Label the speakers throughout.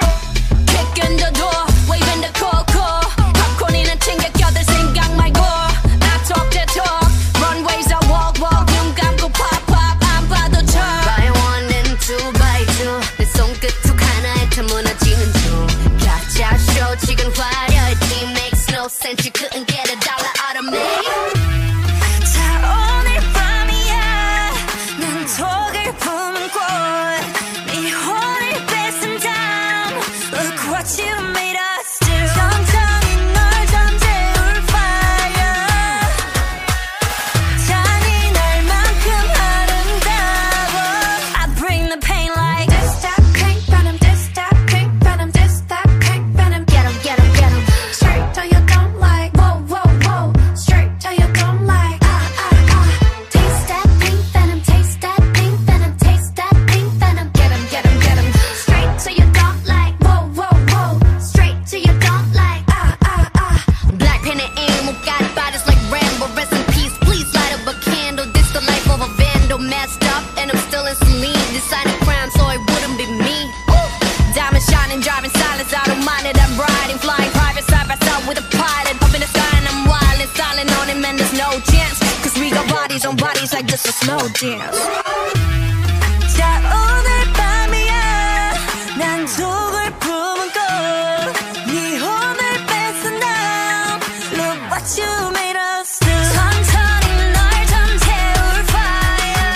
Speaker 1: Kicking the door, waving the call call. Popcorn이나 챙겨껴들 생각 말고. I talk the talk, runways I walk walk. 눈 감고 pop pop, 안 봐도 쳐.
Speaker 2: Buy one and two, buy two. 내 손끝 툭 하나에 다 무너지는 중. 가짜 쇼 지금 화려했지. Makes no sense. You couldn't get a dollar out of me.
Speaker 1: 자, 오늘 밤이야. 난 독을 품은 꽃. 네 혼을 뺏은 다음. Look what you made us do. 점점이 널 잠재울 fire. 잔이 날만큼 아름다워 I bring the pain like this that cake bottom this that cake bottom this that cake bottom
Speaker 2: Get 'em, get 'em, get 'em.
Speaker 1: Straight till you don't like Whoa, whoa, whoa Straight till you don't like Ah, ah, ah
Speaker 2: Taste that pink venom. Taste that pink venom. Taste that pink venom. Get 'em, get 'em, get 'em. Straight to your dot like.
Speaker 1: Whoa, whoa, whoa
Speaker 2: Straight to your dot like.
Speaker 1: Ah, ah, ah
Speaker 2: Black pen and animal got bodies like Rambo. Rest in peace. Please light up a candle. This the life of a vandal. Messed up and I'm still in Celine. Decided crime so it wouldn't be me. Woo! Diamond shining, driving silence. I don't mind it. I'm riding, flying private side by side with a pilot. Up in the sky and I'm wild and styling on him and there's no chance. Cause we got bodies on bodies like this a slow dance.
Speaker 1: 자 오늘 밤이야 난 독을 품은 꽃네 혼을 뺏은 다음 Look what you made us do 천천히 널 잠재울 fire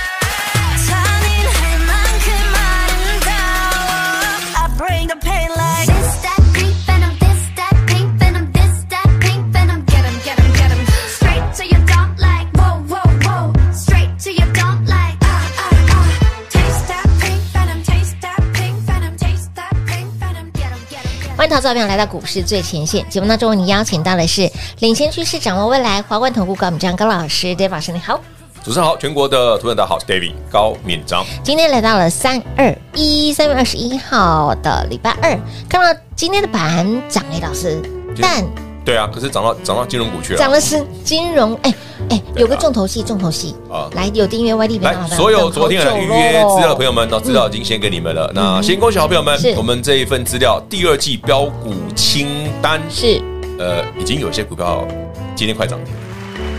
Speaker 1: 잔인할 만큼 아름다워 I bring the pain like
Speaker 2: This that pink venom, this that pink venom, this that pink venom. Get 'em, get 'em, get 'em. Straight to your dot like. Whoa, whoa, whoa. Straight to your dot like.
Speaker 1: Ah, ah, ah. Taste that pink venom, taste that pink venom, taste that pink venom.
Speaker 2: Get 'em, get 'em, get 'em.
Speaker 3: 欢迎投资者朋友来到股市最前线节目当中，你邀请到的是领先趋势、掌握未来华冠投顾高敏章高老师，David 老师你好。
Speaker 4: 主持人好，全国的图友大家好，我是 David 高敏章。
Speaker 3: 今天来到了三二一，三月二十一号的礼拜二，看到今天的盘涨哎，老师，
Speaker 4: 今
Speaker 3: 但
Speaker 4: 对啊，可是涨到涨到金融股去
Speaker 3: 涨
Speaker 4: 了。
Speaker 3: 的是金融，哎哎，
Speaker 4: 对啊
Speaker 3: 有个重头戏，重头戏
Speaker 4: 啊
Speaker 3: 来有订阅 YD 频道
Speaker 4: 来，
Speaker 3: 的，
Speaker 4: 所有昨天有来预约资料的朋友们，那资料已经先给你们了。那先恭喜好朋友们
Speaker 3: 嗯是，
Speaker 4: 我们这一份资料第二季标股清单，
Speaker 3: 是
Speaker 4: 呃，已经有一些股票今天快涨停了。哎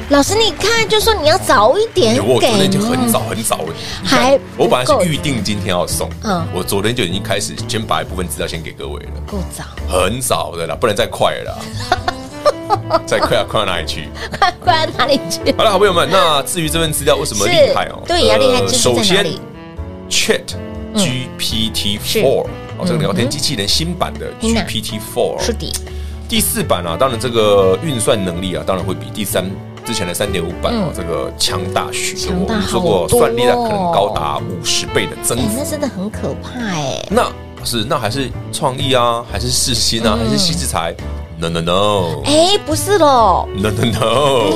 Speaker 3: 老师，你看，就说你要早一点
Speaker 4: 有我昨
Speaker 3: 给
Speaker 4: 天就很
Speaker 3: 嘛
Speaker 4: 早很早了，你看
Speaker 3: 哎还
Speaker 4: 我本来
Speaker 3: 不够
Speaker 4: 是预定今天要送，
Speaker 3: 嗯
Speaker 4: 我昨天就已经开始先把一部分资料先给各位了，
Speaker 3: 够早，
Speaker 4: 很早的啦，不能再快了 啦，再快要快到哪里去？
Speaker 3: 快快到哪里去？
Speaker 4: 好了，好朋友们，那至于这份资料为什么厉害哦？
Speaker 3: 对呀，
Speaker 4: 呃
Speaker 3: 厉害之处
Speaker 4: 首
Speaker 3: 在哪
Speaker 4: 先
Speaker 3: 里？嗯
Speaker 4: ，Chat GPT Four，哦，这个聊天机器人新版的
Speaker 3: 嗯哼
Speaker 4: GPT Four，
Speaker 3: 嗯
Speaker 4: 哦
Speaker 3: 是的，
Speaker 4: 第四版啊，当然这个运算能力啊，当然会比第三之前的三点五版啊、
Speaker 3: 嗯
Speaker 4: 这个强大许多。
Speaker 3: 强大
Speaker 4: 我们
Speaker 3: 好
Speaker 4: 说过
Speaker 3: 多哦
Speaker 4: 算力啊，可能高达五十倍的增
Speaker 3: 哎，
Speaker 4: 幅。
Speaker 3: 那真的很可怕哎，
Speaker 4: 那是那还是创意啊，还是世新啊，
Speaker 3: 嗯
Speaker 4: 还是西制裁？No No No
Speaker 3: 哎，不是喽
Speaker 4: No NoNo。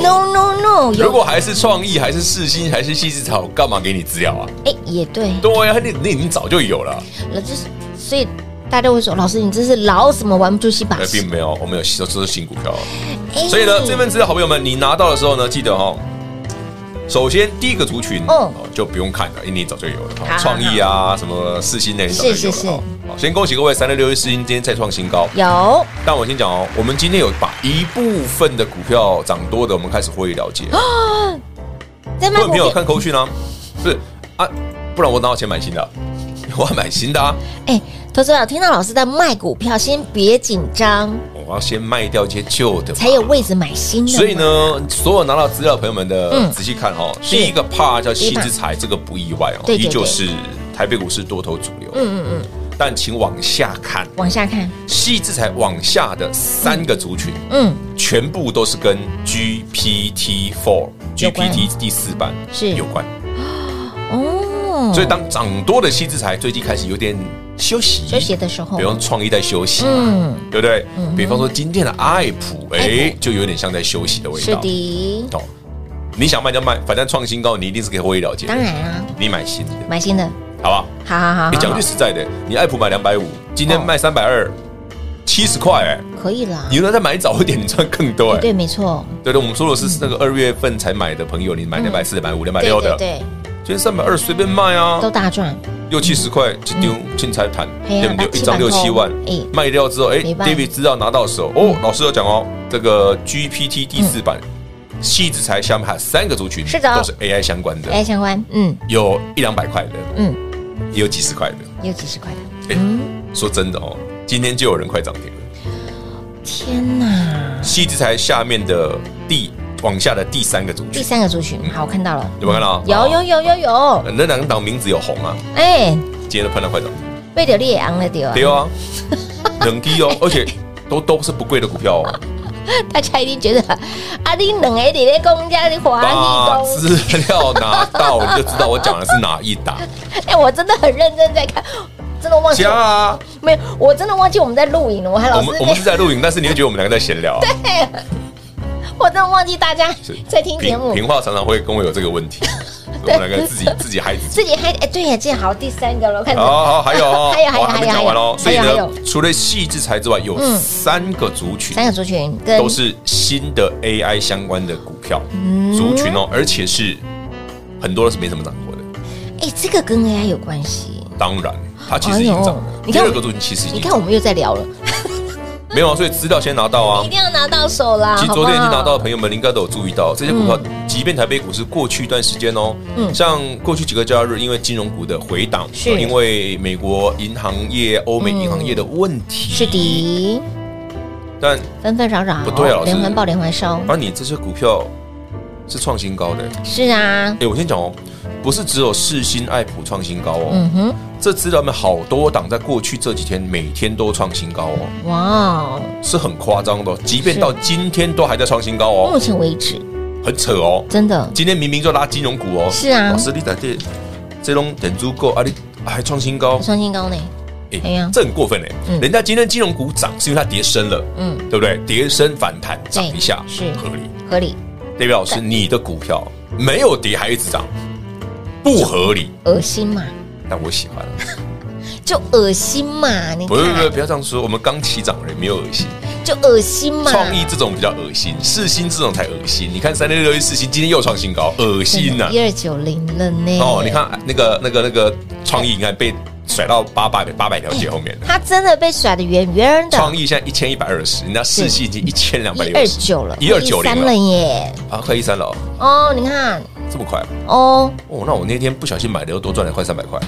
Speaker 3: ，no no no，
Speaker 4: 如
Speaker 3: 有
Speaker 4: 果还是创意，还是世新，还是西制裁，我干嘛给你资料啊？
Speaker 3: 哎也对，
Speaker 4: 对啊，你你已经早就有了，
Speaker 3: 老师，所以大家会说，老师你这是老什么玩不出西把
Speaker 4: 呃，
Speaker 3: 戏
Speaker 4: 并？没有，我们有吸收这是新股票啊。
Speaker 3: 哎
Speaker 4: 所以呢，这份资料，好朋友们，你拿到的时候呢，记得哦。首先，第一个族群
Speaker 3: 嗯
Speaker 4: 哦，就不用看了，因为你早就有了
Speaker 3: 好好
Speaker 4: 哦，创意啊，什么四星那些早就有
Speaker 3: 是是是
Speaker 4: 了哦。好，先恭喜各位三六六一四星今天再创新高。
Speaker 3: 有
Speaker 4: 但我先讲哦，我们今天有把一部分的股票涨多的，我们开始获利了结。
Speaker 3: 哦在
Speaker 4: 各
Speaker 3: 卖
Speaker 4: 位朋友
Speaker 3: 股票，
Speaker 4: 看扣讯啊，不是啊，不然我哪有钱买新的啊？ 我要买新的啊，
Speaker 3: 哎，投资者听到老师在卖股票，先别紧张，
Speaker 4: 我要先卖掉一些旧的嘛，
Speaker 3: 才有位置买新的嘛。
Speaker 4: 所以呢，所有拿到资料的朋友们的
Speaker 3: 嗯
Speaker 4: 仔细看哈、哦，
Speaker 3: 是
Speaker 4: 第一个 part 叫西之财，这个不意外哦，
Speaker 3: 对对对
Speaker 4: 依旧是台北股市多头主流。
Speaker 3: 嗯，嗯嗯嗯，
Speaker 4: 但请往下看，
Speaker 3: 往下看，
Speaker 4: 西之财往下的三个族群，
Speaker 3: 嗯，
Speaker 4: 全部都是跟 GPT Four、
Speaker 3: 有关
Speaker 4: GPT 第四版
Speaker 3: 是
Speaker 4: 有关。
Speaker 3: 哦，
Speaker 4: 所以当涨多的稀制材最近开始有点休息，
Speaker 3: 休息的时候
Speaker 4: 比，方创意在休息嘛，
Speaker 3: 嗯
Speaker 4: 对不对？比方说今天的爱普，
Speaker 3: 爱
Speaker 4: 哎，就有点像在休息的味道。
Speaker 3: 是的，
Speaker 4: 哦，你想卖就卖，反正创新高，你一定是可以获利了结。
Speaker 3: 当然，啊，
Speaker 4: 你买新的，
Speaker 3: 买新的，
Speaker 4: 好不好？
Speaker 3: 好好好
Speaker 4: 你讲
Speaker 3: 好
Speaker 4: 句实在的，你爱普买两百五，今天
Speaker 3: 哦
Speaker 4: 卖三百二，七十块哎，
Speaker 3: 好，可以啦
Speaker 4: 你，如果再买早一点，你赚更多哎。
Speaker 3: 对，没错，
Speaker 4: 对对，我们说的是那个二月份才买的朋友，你买两百四、两百五、两百
Speaker 3: 对
Speaker 4: 六
Speaker 3: 嗯对
Speaker 4: 的，
Speaker 3: 对，
Speaker 4: 今天三百二随便卖啊
Speaker 3: 都，大赚，
Speaker 4: 六七十块一丢青菜盘，
Speaker 3: 嘿啊
Speaker 4: 对不对？
Speaker 3: 把
Speaker 4: 一张六七万
Speaker 3: 哎，
Speaker 4: 卖掉之后，哎
Speaker 3: 没办法嗯
Speaker 4: ，David 知道拿到手哦，老师有讲哦，这个 GPT 第四版。细子材下面还有三个族群，
Speaker 3: 嗯是的
Speaker 4: 都是 AI 相关的，
Speaker 3: 哎，相关，嗯
Speaker 4: 有一两百块的，
Speaker 3: 嗯，
Speaker 4: 也有几十块的。
Speaker 3: 有几十块的，
Speaker 4: 哎，说真的哦，今天就有人快涨停了。
Speaker 3: 天哪，
Speaker 4: 细子材下面的第往下的第三个族
Speaker 3: 第
Speaker 4: 群，
Speaker 3: 三个族群，好，我看到了，
Speaker 4: 有没有看到？
Speaker 3: 有有有有有，
Speaker 4: 呃那两档名字有红啊，
Speaker 3: 哎，
Speaker 4: 今天都喷到快涨停。
Speaker 3: 被流也昂了丢啊，
Speaker 4: 对啊，能低哦，而且都都是不贵的股票哦。
Speaker 3: 大家一定觉得啊，你两个在咧讲家的华
Speaker 4: 把
Speaker 3: 丽
Speaker 4: 资料拿到，你就知道我讲的是哪一 档。
Speaker 3: 公，哎，我真的很认真在看，真的忘记
Speaker 4: 加
Speaker 3: 了，
Speaker 4: 啊，
Speaker 3: 没有，我真的忘记我们在录影了，我还
Speaker 4: 我
Speaker 3: 老师
Speaker 4: 们我
Speaker 3: 在
Speaker 4: 们是在 录影，但是你会觉得我们两个在闲聊啊。
Speaker 3: 我真的忘记大家
Speaker 4: 是
Speaker 3: 在听节目
Speaker 4: 平，平话常常会跟我有这个问题， 我们两个自己自己孩子。
Speaker 3: 自己还哎，对呀，这好第三个了，我看
Speaker 4: 好好，还有哦，
Speaker 3: 还有还有
Speaker 4: 我还没讲完哦。所
Speaker 3: 还
Speaker 4: 以
Speaker 3: 有还有
Speaker 4: 呢，除了细制材之外，有
Speaker 3: 嗯
Speaker 4: 三个族群
Speaker 3: 三个族群跟
Speaker 4: 都是新的 AI 相关的股票
Speaker 3: 嗯
Speaker 4: 族群哦，而且是很多都是没怎么涨过的。
Speaker 3: 哎，这个跟 AI 有关系。
Speaker 4: 当然，它其实已经涨了
Speaker 3: 哦哎呦。你
Speaker 4: 第
Speaker 3: 看我
Speaker 4: 二个族群其实已
Speaker 3: 你
Speaker 4: 经
Speaker 3: 看我
Speaker 4: 涨了，
Speaker 3: 们又在聊了，
Speaker 4: 没有啊，所以资料先拿到啊
Speaker 3: 一。定要拿到手啦，
Speaker 4: 其实
Speaker 3: 好不
Speaker 4: 昨
Speaker 3: 好？
Speaker 4: 天已经拿到的朋友们应该都有注意到，这些股票，
Speaker 3: 嗯
Speaker 4: 即便台北股市过去一段时间哦，像过去几个交易日，因为金融股的回档，
Speaker 3: 是嗯
Speaker 4: 因为美国银行业、欧美银行业的问题，
Speaker 3: 是，的，
Speaker 4: 但
Speaker 3: 纷纷扰扰，
Speaker 4: 不对啊老师啊
Speaker 3: 连环爆连环烧，
Speaker 4: 而你这些股票是创新高的，
Speaker 3: 是啊，
Speaker 4: 哎，我先讲哦，不是只有世新、爱普创新高哦
Speaker 3: 嗯，哼，
Speaker 4: 这资料们好多档在过去这几天每天都创新高哦，
Speaker 3: 哇哦，
Speaker 4: 是很夸张的哦，即便
Speaker 3: 是
Speaker 4: 到今天都还在创新高
Speaker 3: 目
Speaker 4: 哦，
Speaker 3: 前为止
Speaker 4: 很扯哦。
Speaker 3: 真的
Speaker 4: 今天明明就拉金融股哦，
Speaker 3: 是啊
Speaker 4: 老师你在这这种点足够啊，你还创新高，
Speaker 3: 创新高呢，
Speaker 4: 哎
Speaker 3: 哎呀
Speaker 4: 这很过分哎、
Speaker 3: 啊嗯
Speaker 4: 人家今天金融股涨是因为它跌深了，
Speaker 3: 嗯
Speaker 4: 对不对？跌深反弹涨一下
Speaker 3: 是
Speaker 4: 合理。
Speaker 3: 合理，
Speaker 4: 代表老师，你的股票没有跌还一直涨，不合理，
Speaker 3: 恶心嘛，
Speaker 4: 但我喜 欢。啊
Speaker 3: 就恶心嘛，你
Speaker 4: 不不不，
Speaker 3: 看，
Speaker 4: 不要这样说，我们刚起涨而已，没有恶心。
Speaker 3: 就恶心嘛，
Speaker 4: 创意这种比较恶心，世新这种才恶心。你看三六六一世新今天又创新高，恶心呐、
Speaker 3: 一二九零了呢，
Speaker 4: 哦，你，看那个那个那个创意，你看被甩到八百八百条街后面。
Speaker 3: 他真的被甩的远远哎的，
Speaker 4: 创意现在一千一百二十，人家世系已经一千两百
Speaker 3: 一
Speaker 4: 六
Speaker 3: 二
Speaker 4: 十
Speaker 3: 九了，
Speaker 4: 1290
Speaker 3: 三
Speaker 4: 了
Speaker 3: 了耶，
Speaker 4: 啊，快一三了哦，
Speaker 3: 哦，你看，
Speaker 4: 这么快啊
Speaker 3: 哦，
Speaker 4: 哦？那我那天不小心买的又多赚了快三百块，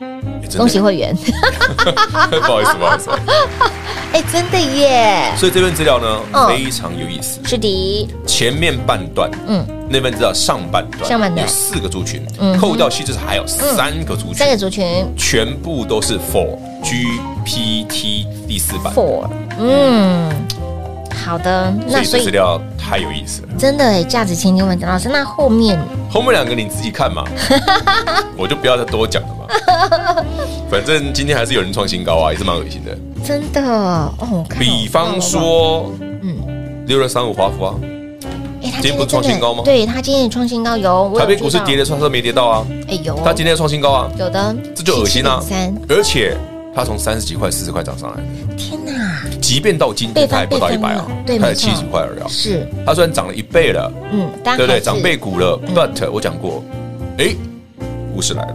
Speaker 4: 哎
Speaker 3: 恭喜！会员，
Speaker 4: 真的 不好意思，不好意思。
Speaker 3: 哎，真的耶，
Speaker 4: 所以这份资料呢
Speaker 3: 嗯
Speaker 4: 非常有意思，
Speaker 3: 是的，
Speaker 4: 前面半段
Speaker 3: 嗯。
Speaker 4: 那份资料上半段
Speaker 3: 上半段
Speaker 4: 有四个族群
Speaker 3: 嗯，
Speaker 4: 扣掉细致还有三个族
Speaker 3: 三个
Speaker 4: 群，
Speaker 3: 族群
Speaker 4: 全部都是 for GPT 第四版，
Speaker 3: four，嗯，好的，那所
Speaker 4: 所以这资
Speaker 3: 以
Speaker 4: 料太有意思了。
Speaker 3: 真的哎，价值千金万金，老师，那后面
Speaker 4: 后面两个你自己看嘛， 我就不要再多讲了嘛。反正今天还是有人创新高啊，也是蛮恶心的。
Speaker 3: 真的哦，我看
Speaker 4: 比方，说，
Speaker 3: 嗯，
Speaker 4: 六六三五华孚啊，
Speaker 3: 哎，他
Speaker 4: 今天不是创新高吗
Speaker 3: 对他今天也创新高，有我有
Speaker 4: 台北股市
Speaker 3: 注意到
Speaker 4: 跌，的算是没跌到啊，
Speaker 3: 哎有，
Speaker 4: 它今天创新高啊，
Speaker 3: 有的，
Speaker 4: 这就恶心啊
Speaker 3: 三，
Speaker 4: 而且它从三十几块、四十块涨上来，
Speaker 3: 天哪，
Speaker 4: 即便到今
Speaker 3: 被
Speaker 4: 天
Speaker 3: 翻
Speaker 4: 它也不到一百
Speaker 3: 被
Speaker 4: 啊
Speaker 3: 翻了，对
Speaker 4: 它也
Speaker 3: 没错
Speaker 4: 七十块而已啊。
Speaker 3: 是，
Speaker 4: 它虽然涨了一倍了，
Speaker 3: 嗯，大家
Speaker 4: 对不
Speaker 3: 还
Speaker 4: 对？
Speaker 3: 是
Speaker 4: 长辈股了，but
Speaker 3: 嗯
Speaker 4: 我讲过，哎，故事来了。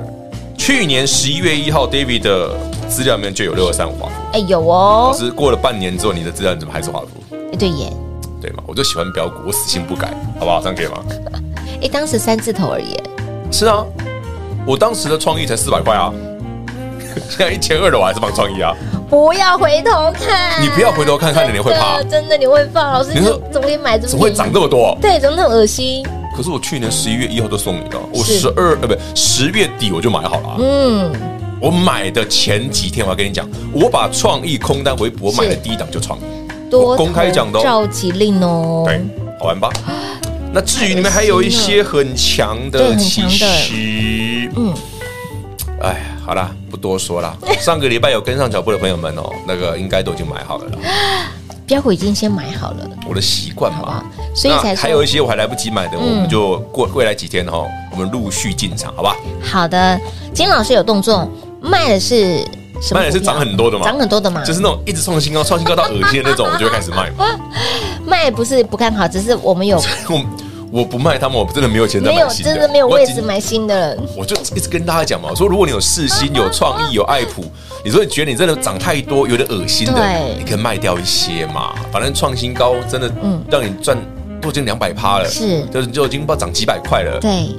Speaker 4: 去年十一月一号，David 的资料里面就有六二三五华孚。
Speaker 3: 哎有
Speaker 4: 老
Speaker 3: 哦，
Speaker 4: 师过了半年之后，你的资料怎么还是华孚？
Speaker 3: 哎对耶，
Speaker 4: 对吗？我就喜欢标股，我死性不改，好不好？这样可以吗？
Speaker 3: 哎当时三字头而已，
Speaker 4: 是啊，我当时的创意才四百块啊， 现在一千二的我还是放创意啊。
Speaker 3: 不要回头看，
Speaker 4: 你不要回头看看了你会怕
Speaker 3: 真的真的你会怕，老师
Speaker 4: 你说
Speaker 3: 你怎么可以买这么
Speaker 4: 怎么会
Speaker 3: 便宜
Speaker 4: 涨这么多？
Speaker 3: 对，怎么那么恶心？
Speaker 4: 可是我去年十一月一号就送你了，我
Speaker 3: 是
Speaker 4: 十二呃不十月底我就买好了啊、
Speaker 3: 嗯，
Speaker 4: 我买的前几天我还跟你讲，我把创意空单回补，我买的第一档就创意。
Speaker 3: 多
Speaker 4: 我公开讲的哦
Speaker 3: 头召集令哦，
Speaker 4: 对，好玩吧？那至于里面还有一些很强
Speaker 3: 啊对
Speaker 4: 的，
Speaker 3: 很
Speaker 4: 其
Speaker 3: 强的
Speaker 4: 实，
Speaker 3: 嗯
Speaker 4: 嗯，哎呀，好啦，不多 说啦。上个礼拜有跟上脚步的朋友们哦，那个应该都已经买好 了啦。
Speaker 3: 标股已经先买好了，
Speaker 4: 我的习惯
Speaker 3: 好
Speaker 4: 嘛
Speaker 3: 吧，所以才
Speaker 4: 那
Speaker 3: 说
Speaker 4: 还有一些我还来不及买的，
Speaker 3: 嗯
Speaker 4: 我们就过未来几天哦，我们陆续进场，好吧？
Speaker 3: 好的。金老师有动作，卖的是什么股票？
Speaker 4: 卖的是涨很多的嘛
Speaker 3: 涨很多的嘛，
Speaker 4: 就是那种一直创新高、创 新高到恶心的那种，我就会开始卖嘛。
Speaker 3: 卖不是不看好，只是我 们有
Speaker 4: 我我不卖他们，我真的没有钱再
Speaker 3: 没
Speaker 4: 买
Speaker 3: 有
Speaker 4: 新的，
Speaker 3: 真的没有
Speaker 4: 我
Speaker 3: 位
Speaker 4: 要
Speaker 3: 置
Speaker 4: 紧
Speaker 3: 买新的了。
Speaker 4: 我就一直跟大家讲嘛，我说如果你有四心、有创意、有爱普，你说你觉得你真的涨太多，有点恶心的
Speaker 3: 对，
Speaker 4: 你可以卖掉一些嘛，反正创新高真的
Speaker 3: 嗯
Speaker 4: 让你赚都已经两百趴了，
Speaker 3: 是
Speaker 4: 就是就已经不知道涨几百块了，
Speaker 3: 对，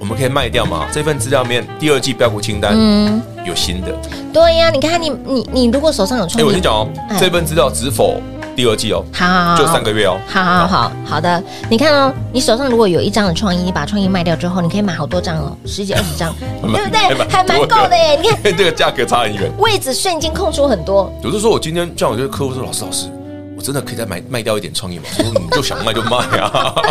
Speaker 4: 我们可以卖掉嘛。这份资料面第二季标股清单
Speaker 3: 嗯，
Speaker 4: 有新的，
Speaker 3: 对呀、你看你你你如果手上有创
Speaker 4: 哎，
Speaker 3: 意，
Speaker 4: 我先讲哦
Speaker 3: 哎，
Speaker 4: 这份资料只否第二季哦，
Speaker 3: 好好好，
Speaker 4: 就三个月哦，
Speaker 3: 好好好好的，你看哦，你手上如果有一张的创意，你把创意卖掉之后，你可以买好多张哦，十几二十张，对不
Speaker 4: 还
Speaker 3: 对？
Speaker 4: 蛮
Speaker 3: 还蛮
Speaker 4: 多的
Speaker 3: 够的耶！ 你看
Speaker 4: 因为这个价格差很远。
Speaker 3: 位置瞬间空出很多，
Speaker 4: 有的时候我今天像我这个客户说，老师老师，我真的可以再买卖掉一点创意吗？我说你就想卖就卖啊。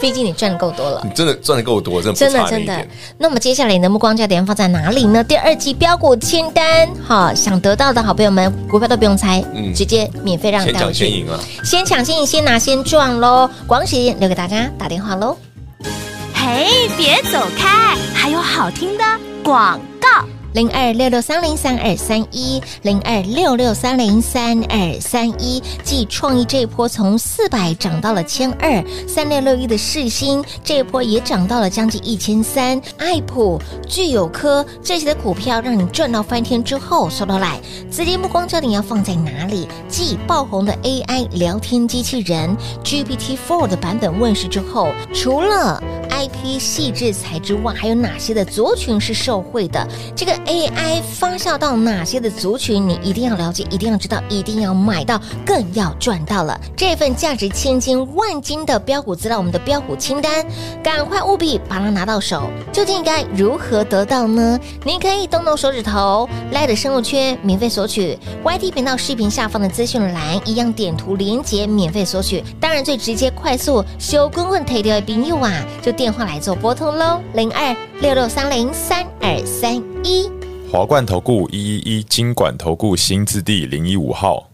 Speaker 3: 毕竟你赚的够多了。
Speaker 4: 你真的赚的够多，真的
Speaker 3: 真
Speaker 4: 不
Speaker 3: 的
Speaker 4: 嗯差那一
Speaker 3: 真的
Speaker 4: 点。，
Speaker 3: 那么接下来你的目光焦点放在哪里呢？第二季标股清单，哈，想得到的好朋友们，股票都不用猜，
Speaker 4: 嗯
Speaker 3: 直接免费让你
Speaker 4: 先
Speaker 3: 带回
Speaker 4: 讲先
Speaker 3: 去，
Speaker 4: 赢啊！
Speaker 3: 先抢先赢，先拿先赚喽！广喜留给大家打电话喽。
Speaker 5: 嘿，别走开，还有好听的广告。
Speaker 3: 零二六六三零三二三一，零二六六三零三二三一。继创意这一波从四百涨到了千二，三六六一的世新这一波也涨到了将近一千三，爱普、聚友科这些的股票让你赚到翻天之后，收到来，资金目光焦点要放在哪里？继爆红的 AI 聊天机器人 GPT 4的版本问世之后，除了 IP 细制材之外，还有哪些的族群是受惠的？这个 AI 发酵到哪些的族群，你一定要了解，一定要知道，一定要买到，更要赚到了。这份价值千金万金的标股资料，我们的标股清单，赶快务必把它拿到手。究竟应该如何得到呢？您可以动动手指头，赖的生物圈免费索取，YT 频道视频下方的资讯栏一样点图连接免费索取。当然最直接快速，修滚滚退掉的朋友啊，就电话来做拨通喽，零二六六三零三二三一。
Speaker 6: 华冠投顾一一一金管投顾新字第零一五号，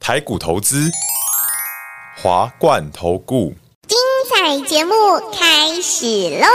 Speaker 6: 台股投资，华冠投顾。
Speaker 7: 彩节目开始喽！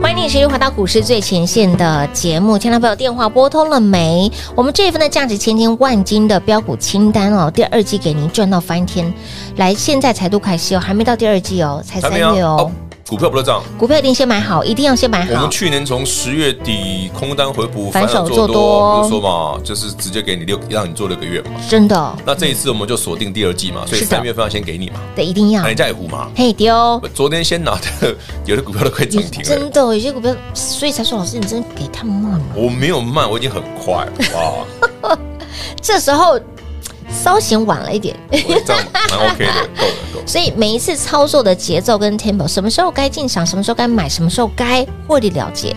Speaker 3: 欢迎你持续回到股市最前线的节目，听到朋友电话拨通了没？我们这一份的价值千金万金的标股清单哦，第二季给您赚到翻天。来，现在才度开始哦，还没到第二季哦，才三月哦。，
Speaker 4: 啊股票不都这样？
Speaker 3: 股票一定先买好，一定要先买
Speaker 4: 我
Speaker 3: 好
Speaker 4: 们。去年从十月底空单回补，
Speaker 3: 反手做多
Speaker 4: 不是说嘛，就是直接给你六，让你做六个月嘛。
Speaker 3: 真的，哦
Speaker 4: 那这一次我们就锁定第二季嘛，所以
Speaker 3: 是的
Speaker 4: 三月份要先给你嘛，
Speaker 3: 对，一定要
Speaker 4: 那。你在乎嘛？
Speaker 3: 嘿丢，
Speaker 4: 我昨天先拿的，有的股票都快涨停
Speaker 3: 真
Speaker 4: 了。
Speaker 3: 的有些股票，所以才说老师，你真的给他们骂嘛。
Speaker 4: 我没有慢，我已经很 快了，哇，
Speaker 3: 这时候稍显晚了一点，
Speaker 4: 我这样蛮 OK 的，够了够了。
Speaker 3: 所以每一次操作的节奏跟 tempo，什么时候该进场，什么时候该买，什么时候该获利了结，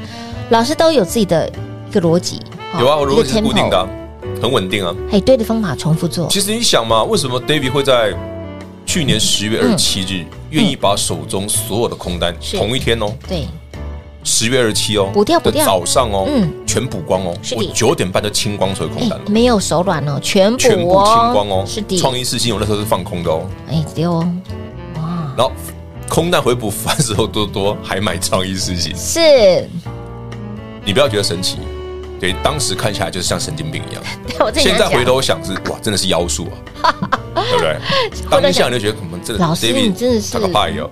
Speaker 3: 老师都有自己的一个逻辑。
Speaker 4: 有啊，
Speaker 3: 哦
Speaker 4: 我如果是固
Speaker 3: 一
Speaker 4: 定的。啊，很稳定啊。
Speaker 3: 个 tempo 哎，对的方法重复做，
Speaker 4: 其实你想嘛，为什么 David 会在
Speaker 3: 嗯
Speaker 4: 去年十月二十七日愿意把手中所有的空单
Speaker 3: 是
Speaker 4: 同一天哦，
Speaker 3: 对，
Speaker 4: 十月二十七哦，
Speaker 3: 补掉补
Speaker 4: 的
Speaker 3: 掉
Speaker 4: 早上哦，
Speaker 3: 嗯
Speaker 4: 全补光哦
Speaker 3: 是，的
Speaker 4: 我九点半就清光所有空
Speaker 3: 哎
Speaker 4: 单了，，
Speaker 3: 没有手软哦，全补
Speaker 4: 全部
Speaker 3: 哦，
Speaker 4: 清光哦，
Speaker 3: 是的，
Speaker 4: 创意四星我那时候是放空的哦，
Speaker 3: 哎丢、哦，哇，
Speaker 4: 然后空单回补，反手多多还买创意四星，
Speaker 3: 是，
Speaker 4: 你不要觉得神奇，对，当时看起来就是像神经病一样，
Speaker 3: 我自己
Speaker 4: 现
Speaker 3: 拿
Speaker 4: 在
Speaker 3: 奖
Speaker 4: 回头想是哇，真的是妖术啊， 对不对？
Speaker 3: 回头想
Speaker 4: 当下你就觉得我们真的
Speaker 3: 老师你真的是
Speaker 4: 他个败 哦。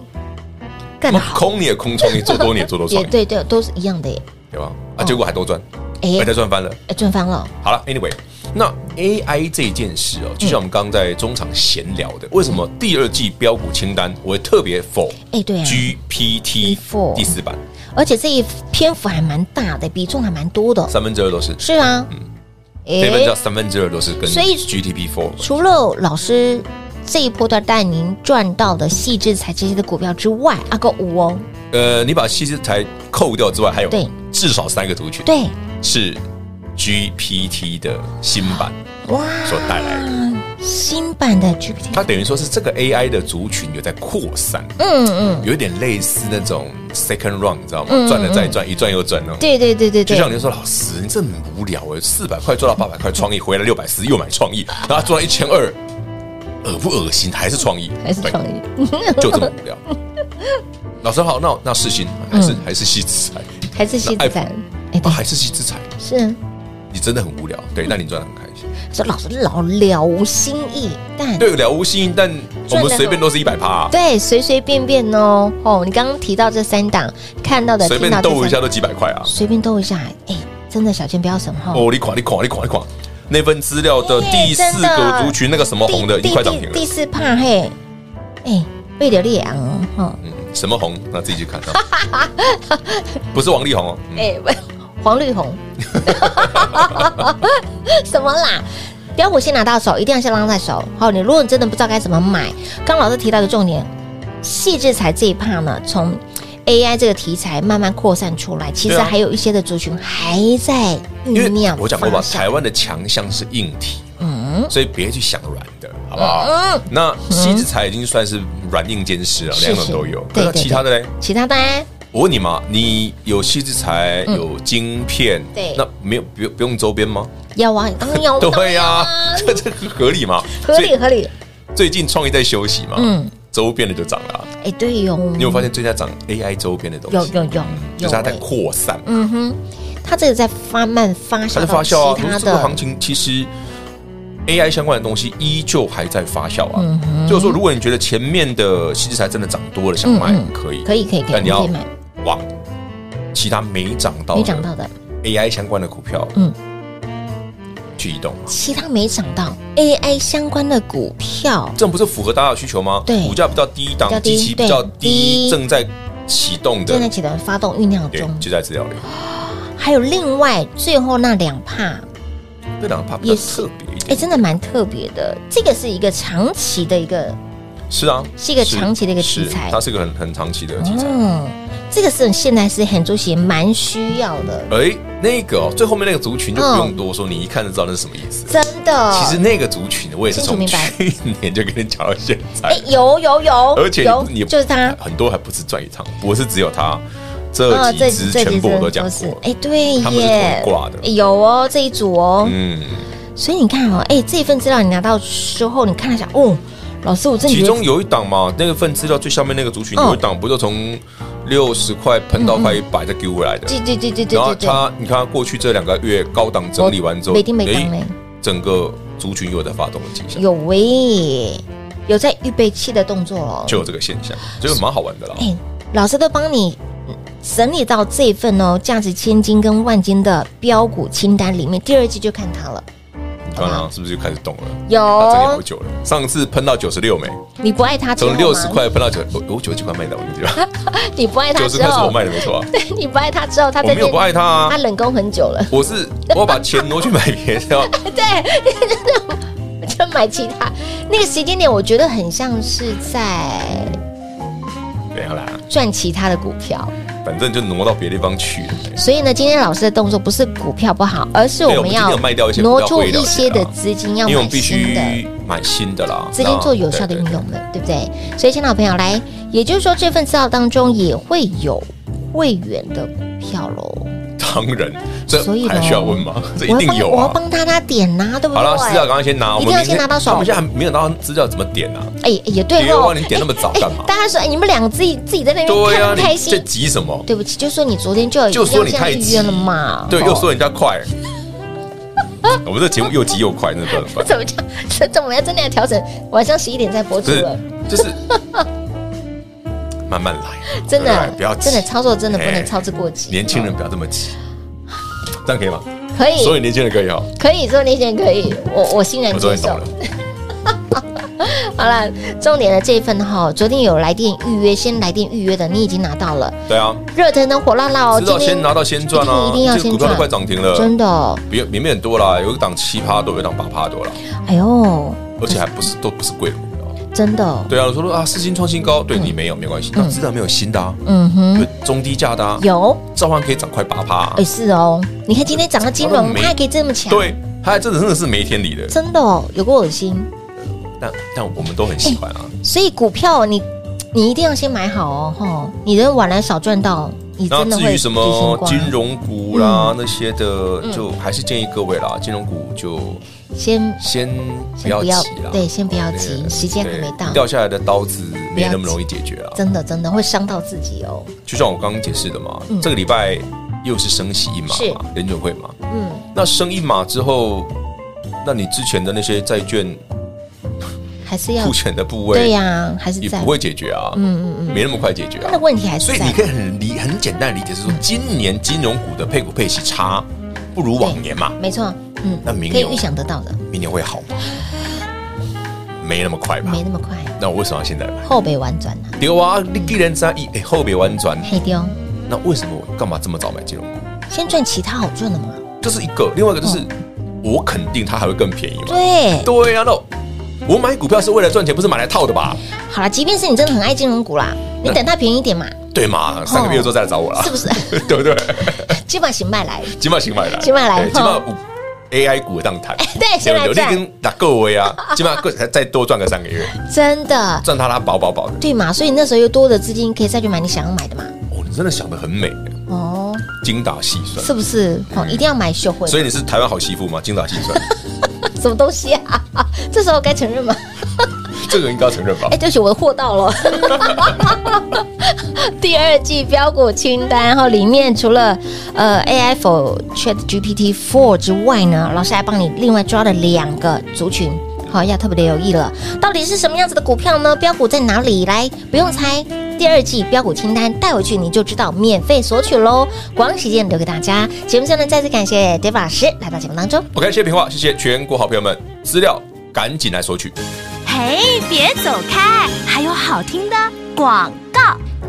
Speaker 3: 干得
Speaker 4: 那
Speaker 3: 好，
Speaker 4: 空你也空创意，做多你也做多创
Speaker 3: 也
Speaker 4: 意，
Speaker 3: 对对，都是一样的耶，
Speaker 4: 对吧？啊，结果还多赚，
Speaker 3: 哎
Speaker 4: 还在赚翻了。
Speaker 3: 哎，赚翻了，
Speaker 4: 好了，anyway，那 AI 这件事
Speaker 3: 嗯
Speaker 4: 哦，就像我们刚刚在中场闲聊的，为什么第二季标股清单我会特别否
Speaker 3: 哎对啊
Speaker 4: GPT
Speaker 3: Before
Speaker 4: 第四版
Speaker 3: 而且这一篇幅还蛮大的，比重还蛮多的，
Speaker 4: 三分之二都是，
Speaker 3: 是啊，哎
Speaker 4: 这份叫三分之二都是跟
Speaker 3: 所以
Speaker 4: GTP Four
Speaker 3: 除了老师这一波段带您赚到的细制材这些的股票之外，阿个五哦，
Speaker 4: 呃，你把细枝材扣掉之外，还有
Speaker 3: 对
Speaker 4: 至少三个族群
Speaker 3: 对，
Speaker 4: 是 GPT 的新版，
Speaker 3: 哇
Speaker 4: 所带来的。
Speaker 3: 新版的 GPT，
Speaker 4: 它等于说是这个 AI 的族群有在扩散，
Speaker 3: 嗯嗯，
Speaker 4: 有一点类似那种 second round，你知道吗？转了再转，一转又转哦。
Speaker 3: 对对对对
Speaker 4: 就
Speaker 3: 对，
Speaker 4: 像你说，老师，你这很无聊哎，四百块做到八百块，创意回来六百四又买 创意，然后做到一千二，恶不恶心？还是创意，
Speaker 3: 还是创意，
Speaker 4: 对，就这么 无聊。老师好，那那世新还
Speaker 3: 嗯
Speaker 4: 是还是西子财，
Speaker 3: 还是西子展，哎，
Speaker 4: 啊
Speaker 3: 对，
Speaker 4: 还是西子财，
Speaker 3: 是啊
Speaker 4: 你真的很无聊，对，那你赚的很开心。
Speaker 3: 说老师老了无新意，但
Speaker 4: 对，了无新意，但我们随便都是一百趴，啊
Speaker 3: 对，随随便便哦，哦，你刚刚提到这三档，看到的，
Speaker 4: 随便
Speaker 3: 听到这
Speaker 4: 斗
Speaker 3: 三
Speaker 4: 一下，都几百块啊。
Speaker 3: 随便兜一下，哎，真的小健不要什么哈，
Speaker 4: 哦，你垮，你垮，你垮，你垮。那份资料的第
Speaker 3: 哎
Speaker 4: 四
Speaker 3: 真的
Speaker 4: 个族群，那个什么红的已
Speaker 3: 第
Speaker 4: 经快涨停
Speaker 3: 第
Speaker 4: 了
Speaker 3: 第。四怕嘿，哎，被流烈昂哦，哈，
Speaker 4: 嗯，什么红？那自己去看。啊 不是王力宏哦。嗯
Speaker 3: 哎，不黄绿红，什么啦？标股先拿到手，一定要先拉在手。好，你如果你真的不知道该怎么买，刚老师提到的重点，细制裁这一趴呢，从 AI 这个题材慢慢扩散出来，其实
Speaker 4: 对啊
Speaker 3: 还有一些的族群还在
Speaker 4: 因
Speaker 3: 酝
Speaker 4: 为
Speaker 3: 酿。
Speaker 4: 我讲过吧，
Speaker 3: 发酵
Speaker 4: 台湾的强项是硬体，
Speaker 3: 嗯
Speaker 4: 所以别去想软的，好不好？那西子财已经算是软硬兼施了，
Speaker 3: 是
Speaker 4: 两种
Speaker 3: 是
Speaker 4: 都有。
Speaker 3: 对
Speaker 4: 那
Speaker 3: 对
Speaker 4: 其他的嘞？
Speaker 3: 其他单
Speaker 4: 我问你嘛，你有西子财，有晶片，
Speaker 3: 嗯对
Speaker 4: 那没有不用不用周边吗？
Speaker 3: 要啊，当 然要啊，
Speaker 4: 对呀
Speaker 3: 当然，
Speaker 4: 这这合理吗？
Speaker 3: 合
Speaker 4: 所
Speaker 3: 理
Speaker 4: 以
Speaker 3: 合理。
Speaker 4: 最近创意在休息嘛，
Speaker 3: 嗯，
Speaker 4: 周边的就涨了啊。
Speaker 3: 哎，对哟，
Speaker 4: 你有发现最近在涨 AI 周边的东西？
Speaker 3: 有有有
Speaker 4: 就
Speaker 3: 有
Speaker 4: 是它在
Speaker 3: 哎
Speaker 4: 扩散，
Speaker 3: 嗯哼，它这个在慢慢发
Speaker 4: 它
Speaker 3: 酵
Speaker 4: 在发酵
Speaker 3: 到
Speaker 4: 啊。
Speaker 3: 其
Speaker 4: 因为
Speaker 3: 他
Speaker 4: 这个行
Speaker 3: 的，
Speaker 4: 情其实 AI 相关的东西依旧还在发酵
Speaker 3: 嗯
Speaker 4: 啊。就是说，如果你觉得前面的细制材真的涨多了，想买
Speaker 3: 嗯嗯
Speaker 4: 可以，
Speaker 3: 可以可以可以，
Speaker 4: 但你
Speaker 3: 我
Speaker 4: 要哦
Speaker 3: 们可以买，
Speaker 4: 往其他没涨到的
Speaker 3: 没涨到的，
Speaker 4: AI 相关的股票，
Speaker 3: 嗯，
Speaker 4: 去移动嘛。
Speaker 3: 其他没涨到 AI 相关的股票，
Speaker 4: 这样不是符合大家的需求吗？
Speaker 3: 对
Speaker 4: 股价比较低档
Speaker 3: 比较，低
Speaker 4: 基期
Speaker 3: 对
Speaker 4: 比较
Speaker 3: 低
Speaker 4: 低，正在启动
Speaker 3: 正在
Speaker 4: 的，
Speaker 3: 起的发动酝酿
Speaker 4: 对
Speaker 3: 中，，
Speaker 4: 就在资料里。
Speaker 3: 还有另外最后那两帕，
Speaker 4: 这两个 p 比
Speaker 3: 也
Speaker 4: 较
Speaker 3: 是
Speaker 4: 特别一
Speaker 3: 哎，
Speaker 4: 点，
Speaker 3: 真的蛮特别的，这个是一个长期的一个，
Speaker 4: 是啊，
Speaker 3: 是一个长期的一个题
Speaker 4: 是
Speaker 3: 材
Speaker 4: 它是一个很很长期的题材。
Speaker 3: 嗯，这个是现在是很主席蛮需要的，
Speaker 4: 哎，那个哦，最后面那个族群就
Speaker 3: 嗯
Speaker 4: 不用多说，你一看就知道那是什么意思。
Speaker 3: 真的，
Speaker 4: 其实那个族群，我也是
Speaker 3: 清楚
Speaker 4: 从
Speaker 3: 明白
Speaker 4: 去年就跟你讲到现
Speaker 3: 哎
Speaker 4: 在，，
Speaker 3: 有有有，
Speaker 4: 而且
Speaker 3: 有
Speaker 4: 你
Speaker 3: 就是它，
Speaker 4: 很多还不是赚一趟，不是只有他，
Speaker 3: 呃
Speaker 4: 这几只全部我都讲
Speaker 3: 是
Speaker 4: 过。
Speaker 3: 哎，对
Speaker 4: 他们是
Speaker 3: 耶，
Speaker 4: 同挂的
Speaker 3: 哎有哦，这一组哦，
Speaker 4: 嗯，
Speaker 3: 所以你看哦，哎，这份资料你拿到之后，你看一下，哦，老师，我真的
Speaker 4: 其
Speaker 3: 觉
Speaker 4: 中
Speaker 3: 得
Speaker 4: 有一档嘛，那个份资料最下面那个族群
Speaker 3: 嗯
Speaker 4: 有一档，不就从六十块喷到快一百再丢回来的？
Speaker 3: 对对对对对
Speaker 4: 然后
Speaker 3: 对对，
Speaker 4: 它，你看它过去这两个月高档整理完之后，
Speaker 3: 没丁没当嘞
Speaker 4: 哎，整个族群又在发动的迹象，
Speaker 3: 有喂，有在预备期的动作哦，
Speaker 4: 就有这个现象，这个蛮好玩的啦。
Speaker 3: 哎，老师都帮你嗯整理到这份哦，价值千金跟万金的标股清单里面，第二季就看它了，
Speaker 4: 你看啊，是不是就开始动了？它整理好
Speaker 3: 有，
Speaker 4: 久了，上次喷到九十六没？
Speaker 3: 你不爱它之后
Speaker 4: 从
Speaker 3: 吗
Speaker 4: 六十，块喷到九，我我九十几块卖的，我跟你讲，
Speaker 3: 你不爱它
Speaker 4: 九
Speaker 3: 之
Speaker 4: 十块是我
Speaker 3: 后，
Speaker 4: 卖的，没错啊。
Speaker 3: 你不爱它之后，它
Speaker 4: 我
Speaker 3: 在
Speaker 4: 没有不爱它
Speaker 3: 它
Speaker 4: 啊，
Speaker 3: 冷宫很久了。
Speaker 4: 我是我要把钱挪去买别的啊。
Speaker 3: 就买其他。那个时间点，我觉得很像是在
Speaker 4: 没有啦，
Speaker 3: 赚其他的股票。
Speaker 4: 反正就挪到别地方去了。
Speaker 3: 所以呢，今天老师的动作不是股票不好，而是
Speaker 4: 对
Speaker 3: 我
Speaker 4: 我们
Speaker 3: 们
Speaker 4: 今天
Speaker 3: 要
Speaker 4: 有卖掉一些股
Speaker 3: 挪
Speaker 4: 票
Speaker 3: 出
Speaker 4: 会聊
Speaker 3: 一些的
Speaker 4: 的啊
Speaker 3: 资金，要
Speaker 4: 因为我
Speaker 3: 买
Speaker 4: 们必
Speaker 3: 新的
Speaker 4: 须。啊买新的啦，
Speaker 3: 资金做有效的
Speaker 4: 那
Speaker 3: 运用了，对不对？所以，亲老朋友来，也就是说，这份资料当中也会有会员的股票喽。
Speaker 4: 当然，这
Speaker 3: 所以
Speaker 4: 还
Speaker 3: 咯
Speaker 4: 需要问吗？这一
Speaker 3: 我要
Speaker 4: 定
Speaker 3: 帮
Speaker 4: 有
Speaker 3: 我要
Speaker 4: 啊。
Speaker 3: 帮大家点呐、对不对？
Speaker 4: 好了，啊资料赶快先
Speaker 3: 一
Speaker 4: 拿，我
Speaker 3: 定
Speaker 4: 们
Speaker 3: 要
Speaker 4: 明
Speaker 3: 先
Speaker 4: 天
Speaker 3: 拿到手
Speaker 4: 他们现在还没有拿到资料，怎么点啊？
Speaker 3: 哎、哎也对
Speaker 4: 别
Speaker 3: 喽。
Speaker 4: 忘你点那么早干嘛
Speaker 3: 大家说，哎，你们两个自己自己在那边
Speaker 4: 对
Speaker 3: 看
Speaker 4: 啊，
Speaker 3: 得开
Speaker 4: 你
Speaker 3: 心
Speaker 4: 这，急什么？
Speaker 3: 对不起，就说你昨天就有
Speaker 4: 就说你太
Speaker 3: 要先预
Speaker 4: 急
Speaker 3: 约了嘛，
Speaker 4: 对，
Speaker 3: 哦
Speaker 4: 又说人 家快。我们这节目又急又快，那 不知道怎么办？
Speaker 3: 怎么讲？这这我们要真的要调整，晚上十一点再播出
Speaker 4: 不是
Speaker 3: 了，，
Speaker 4: 就是慢慢来，
Speaker 3: 真
Speaker 4: 慢慢来
Speaker 3: 的
Speaker 4: 不要急
Speaker 3: 真的操作真的不能
Speaker 4: 哎
Speaker 3: 操之过急，
Speaker 4: 年轻人不要这么急，这样可以吗？
Speaker 3: 可以
Speaker 4: 所有年轻人可以哈，
Speaker 3: 可以做那些人可以，我我欣然
Speaker 4: 我终
Speaker 3: 接
Speaker 4: 于懂
Speaker 3: 受
Speaker 4: 了。。
Speaker 3: 好了，重点的这一份哈，昨天有来电预约，先来电预约的你已经拿到了，
Speaker 4: 对啊，
Speaker 3: 热腾腾火辣辣哦，
Speaker 4: 知道
Speaker 3: 今天
Speaker 4: 先拿到先赚啊，
Speaker 3: 一定要
Speaker 4: 这个
Speaker 3: 先
Speaker 4: 股票都
Speaker 3: 赚，
Speaker 4: 快涨停了，
Speaker 3: 真的哦，
Speaker 4: 别里面很多啦，有一档七趴多，有一档八趴多啦，
Speaker 3: 哎呦，
Speaker 4: 而且还不是都不是贵的股票。
Speaker 3: 真的哦，
Speaker 4: 对啊，我说啊，四星创新高，对你没有没关系，那资料没有新的啊，
Speaker 3: 嗯哼，
Speaker 4: 有中低价的啊，
Speaker 3: 有，
Speaker 4: 照样可以涨快八趴啊
Speaker 3: 哎。是哦，你看今天涨到金融，
Speaker 4: 没
Speaker 3: 它还可以这么强，
Speaker 4: 对，他还真的真的是没天理的，
Speaker 3: 真的哦，有过恶心。
Speaker 4: 但但我们都很喜欢啊。
Speaker 3: 所以股票你你一定要先买好哦，吼，你的晚来少赚到，你
Speaker 4: 那
Speaker 3: 真的
Speaker 4: 至
Speaker 3: 会
Speaker 4: 于什么
Speaker 3: 提
Speaker 4: 金
Speaker 3: 心
Speaker 4: 融股
Speaker 3: 嗯
Speaker 4: 啦那些的，就还是建议各位啦，金融股就
Speaker 3: 光先
Speaker 4: 先不
Speaker 3: 先
Speaker 4: 要
Speaker 3: 不要
Speaker 4: 急啦，
Speaker 3: 对先不要
Speaker 4: 哦那个
Speaker 3: 急时间还没到
Speaker 4: 对掉下来的刀子没那么容易解决啊。
Speaker 3: 真的真的会伤到自己哦。
Speaker 4: 就像我刚刚解释的嘛，这个礼拜又是升息一
Speaker 3: 嗯
Speaker 4: 码
Speaker 3: 是
Speaker 4: 嘛，联准会嘛，
Speaker 3: 嗯，
Speaker 4: 那升一码之后，那你之前的那些债券
Speaker 3: 还是要
Speaker 4: 库存的部
Speaker 3: 对
Speaker 4: 位
Speaker 3: 呀、还是
Speaker 4: 也
Speaker 3: 在
Speaker 4: 不会解决啊，
Speaker 3: 嗯嗯嗯，
Speaker 4: 没那么快解决
Speaker 3: 他
Speaker 4: 啊
Speaker 3: 的。问题还是
Speaker 4: 所以
Speaker 3: 在嗯
Speaker 4: 你可以很理很简单地理解是说，今年金融股的配股配息差不如往年嘛，
Speaker 3: 没错，嗯，
Speaker 4: 那明
Speaker 3: 可以
Speaker 4: 年
Speaker 3: 预想得到的，
Speaker 4: 明年会好吗？没那么快吧
Speaker 3: 没？那么快，
Speaker 4: 那我为什么要现在买？
Speaker 3: 后背婉转啊，
Speaker 4: 丢啊！你既然在一哎后边婉转，
Speaker 3: 黑丢，
Speaker 4: 那为什么我干嘛这么早买金融股？
Speaker 3: 先赚其他好赚的嘛，
Speaker 4: 这是一个，另外一个就是我肯定它还会更便宜嘛。
Speaker 3: 对，
Speaker 4: 对啊，那我买股票是为了赚钱，不是买来套的吧？
Speaker 3: 好啦，即便是你真的很爱金融股啦，你等它便宜一点嘛，
Speaker 4: 对嘛？三个月之后再来找我啦，
Speaker 3: 哦是不是？
Speaker 4: 对不对？
Speaker 3: 基本上行卖来，
Speaker 4: 起码新买来，
Speaker 3: 现在来哎
Speaker 4: 对起码五 AI 股当谈，
Speaker 3: 对现在
Speaker 4: 有
Speaker 3: 赚
Speaker 4: 跟打各位啊，起码各再多赚个三个月，
Speaker 3: 真的，
Speaker 4: 赚它它饱饱饱的。
Speaker 3: 对嘛？所以那时候又多的资金，可以再去买你想要买的嘛，
Speaker 4: 哦，你真的想的很美，
Speaker 3: 哦，
Speaker 4: 精打细算。
Speaker 3: 是不是？哦，一定要买秀慧，
Speaker 4: 所以你是台湾好媳妇吗？精打细算，
Speaker 3: 什么东西啊？ 这时候该承认吗？
Speaker 4: 这个应该要承认吧
Speaker 3: 哎、？对不起，我的货到了。 第二季标股清单，然后里面除了呃 AI for Chat GPT Four 之外呢，老师还帮你另外抓了两个族群，好要特别的留意了。到底是什么样子的股票呢？标股在哪里？来，不用猜。第二季标股清单带回去你就知道，免费索取喽。广告时间留给大家，节目最后呢再次感谢 David 老师来到节目当中。
Speaker 4: OK，谢谢平话，谢谢全国好朋友们，资料赶紧来索取。
Speaker 5: 嘿，别走开，还有好听的广告。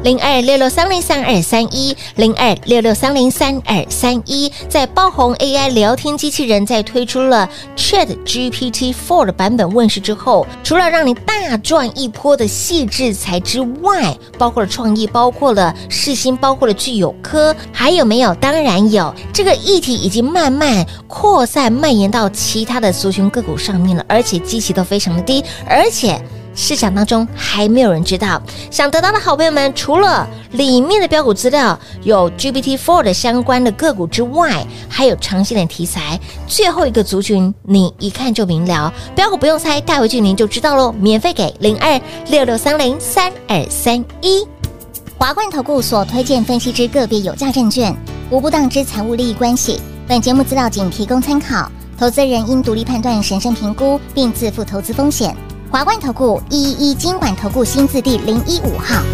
Speaker 3: 零二六六三零三二三一，零二六六三零三二三一，在爆红 AI 聊天机器人在推出了 Chat GPT Four 的版本问世之后，除了让你大赚一波的细致才之外，包括了创意，包括了世新，包括了具有科，还有没有？当然有，这个议题已经慢慢扩散蔓延到其他的族群个股上面了，而且基期都非常的低，而且。市场当中还没有人知道。想得到的好朋友们，除了里面的标股资料有 GPT Four 的相关的个股之外，还有长线的题材。最后一个族群，你一看就明了，标股不用猜，带回去您就知道喽。免费给零二六六三零三二三一。
Speaker 7: 华冠投顾所推荐分析之个别有价证券，无不当之财务利益关系。本节目资料仅提供参考，投资人应独立判断、审慎评估，并自负投资风险。华冠投顾一一一金管投顾新字第零一五号。